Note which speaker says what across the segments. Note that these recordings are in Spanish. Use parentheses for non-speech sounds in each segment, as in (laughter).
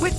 Speaker 1: With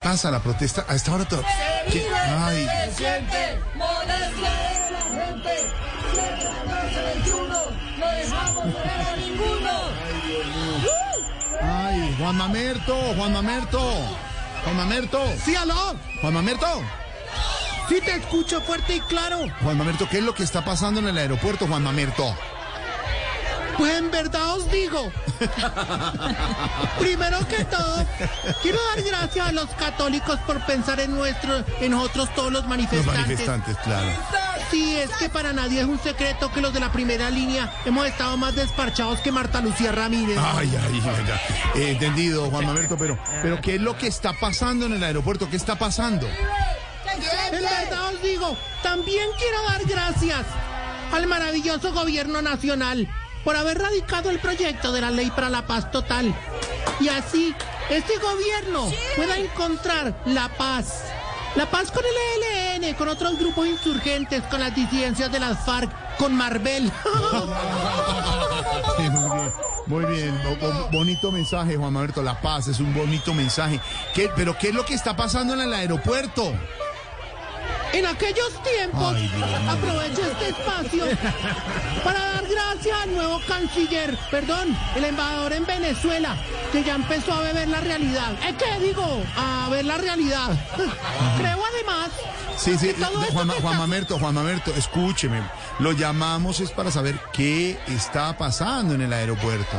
Speaker 2: Pasa la protesta a esta hora todo. ¿Qué? Ay,
Speaker 3: siente, molestia es la gente. Siente la clase 21, no dejamos ganar a ninguno.
Speaker 2: ay, Juan Mamerto, Juan Mamerto. Juan Mamerto. Sí, aló. Juan Mamerto. Sí, te escucho fuerte y claro. Juan Mamerto, ¿qué es lo que está pasando en el aeropuerto, Juan Mamerto?
Speaker 4: Pues en verdad os digo. Primero que todo, quiero dar gracias a los católicos por pensar en nuestro, en nosotros todos los
Speaker 2: Los
Speaker 4: manifestantes.
Speaker 2: manifestantes, claro.
Speaker 4: Sí, es que para nadie es un secreto que los de la primera línea hemos estado más desparchados que Marta Lucía Ramírez.
Speaker 2: Ay, ay, ay, ay. Eh, entendido, Juan Mamerto, pero, pero ¿qué es lo que está pasando en el aeropuerto? ¿Qué está pasando?
Speaker 4: En verdad os digo, también quiero dar gracias al maravilloso gobierno nacional por haber radicado el proyecto de la ley para la paz total. Y así, este gobierno pueda encontrar la paz. La paz con el ELN, con otros grupos insurgentes, con las disidencias de las FARC, con Marbel.
Speaker 2: Sí, muy bien. Muy bien, bo- bo- bonito mensaje, Juan Mamerto. La paz es un bonito mensaje. ¿Qué- pero ¿qué es lo que está pasando en el aeropuerto?
Speaker 4: (laughs) En aquellos tiempos,
Speaker 2: Ay, Dios mío.
Speaker 4: aprovecho este espacio para dar gracias al nuevo canciller, perdón, el embajador en Venezuela, que ya empezó a ver la realidad. Es que digo, a ver la realidad. (laughs) Creo además
Speaker 2: Sí, sí,
Speaker 4: que todo esto
Speaker 2: Juan,
Speaker 4: que
Speaker 2: Juan
Speaker 4: está-
Speaker 2: Mamerto, Juan Mamerto, escúcheme. Lo llamamos es para saber qué está pasando en el aeropuerto.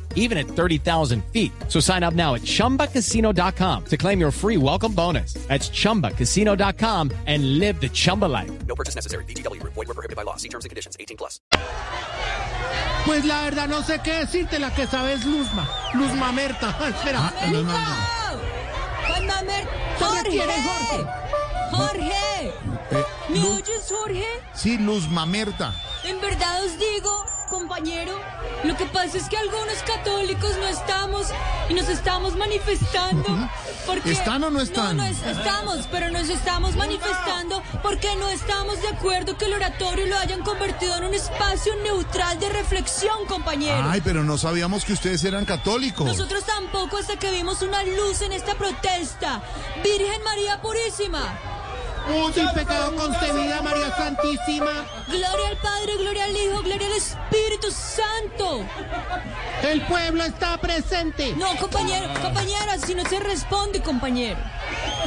Speaker 5: even at 30,000 feet. So sign up now at chumbacasino.com to claim your free welcome bonus. That's chumbacasino.com and live the Chumba life.
Speaker 6: No purchase necessary. VGW Group. Void were prohibited by law. See terms and conditions. 18 plus.
Speaker 4: Pues la verdad no sé qué decirte, la que sabes Luzma, Luzma Merta.
Speaker 2: Ah,
Speaker 4: Espera.
Speaker 2: No, no, no.
Speaker 3: Juan Mamer,
Speaker 4: ¿Qué quiere
Speaker 3: Jorge.
Speaker 4: Jorge?
Speaker 3: Jorge,
Speaker 2: Eh,
Speaker 3: ¿me
Speaker 2: Lu-
Speaker 3: oyes, Jorge?
Speaker 2: sí, Luz Mamerta.
Speaker 3: En verdad os digo, compañero, lo que pasa es que algunos católicos no estamos y nos estamos manifestando. Porque
Speaker 2: ¿Están o no están?
Speaker 3: No, no es- estamos, pero nos estamos manifestando porque no estamos de acuerdo que el oratorio lo hayan convertido en un espacio neutral de reflexión, compañero.
Speaker 2: Ay, pero no sabíamos que ustedes eran católicos.
Speaker 3: Nosotros tampoco hasta que vimos una luz en esta protesta. Virgen María Purísima.
Speaker 2: Ah.
Speaker 4: Sin pecado concebida, María Santísima.
Speaker 3: Gloria al Padre, gloria al Hijo, gloria al Espíritu Santo.
Speaker 4: El pueblo está presente.
Speaker 3: No, compañero,
Speaker 2: Ah.
Speaker 3: compañera, si no se responde, compañero.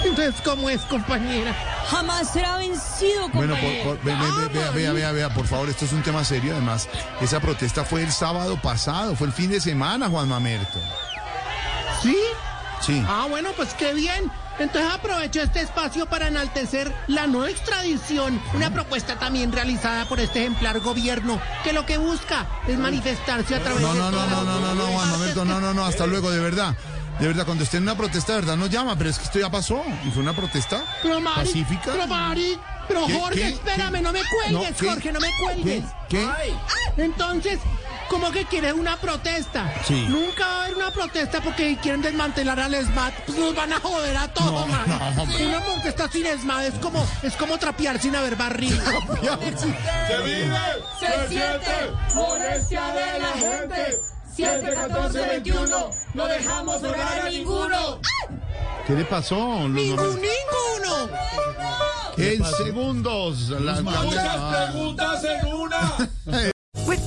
Speaker 4: Entonces, ¿cómo es, compañera?
Speaker 3: Jamás será vencido,
Speaker 2: Bueno,
Speaker 3: compañero.
Speaker 2: por- por- ve- ve- ve- vea, vea, vea, vea, por favor, esto es un tema serio. Además, esa protesta fue el sábado pasado, fue el fin de semana, Juan Mamerto.
Speaker 4: ¿Sí?
Speaker 2: Sí.
Speaker 4: Ah, bueno, pues qué bien. Entonces aprovecho este espacio para enaltecer la no extradición, una propuesta también realizada por este ejemplar gobierno, que lo que busca es manifestarse a través
Speaker 2: No,
Speaker 4: de...
Speaker 2: no, no,
Speaker 4: todas
Speaker 2: no,
Speaker 4: las
Speaker 2: no, no, no, Juan
Speaker 4: partes
Speaker 2: Mamerto,
Speaker 4: que-
Speaker 2: no, no, no, hasta luego, de verdad. De verdad, cuando esté en una protesta, de verdad, no llama, pero es que esto ya pasó. Y fue una protesta
Speaker 4: Pero Mari,
Speaker 2: pacífica.
Speaker 4: pero Mari, pero
Speaker 2: ¿Qué,
Speaker 4: Jorge,
Speaker 2: qué,
Speaker 4: espérame,
Speaker 2: qué?
Speaker 4: no me cuelgues,
Speaker 2: ¿qué?
Speaker 4: Jorge, no me
Speaker 2: ¿Qué?
Speaker 4: cuelgues.
Speaker 2: ¿Qué?
Speaker 4: Entonces, ¿cómo que quieres una protesta?
Speaker 2: Sí.
Speaker 4: Nunca va a haber una protesta porque si quieren desmantelar al SMAT, pues nos van a joder a
Speaker 2: No,
Speaker 4: todos, man.
Speaker 2: no, hombre.
Speaker 4: Una protesta sin SMAT es como, es como trapear sin haber
Speaker 2: (laughs)
Speaker 4: barrido.
Speaker 3: Se siente molestia de la gente. 7, 14, 21, no dejamos orar a ninguno.
Speaker 2: ¿Qué le pasó? Luz
Speaker 4: ¡Ningún,
Speaker 2: Mamerto?
Speaker 4: ninguno!
Speaker 2: En segundos. la- la- la-
Speaker 1: With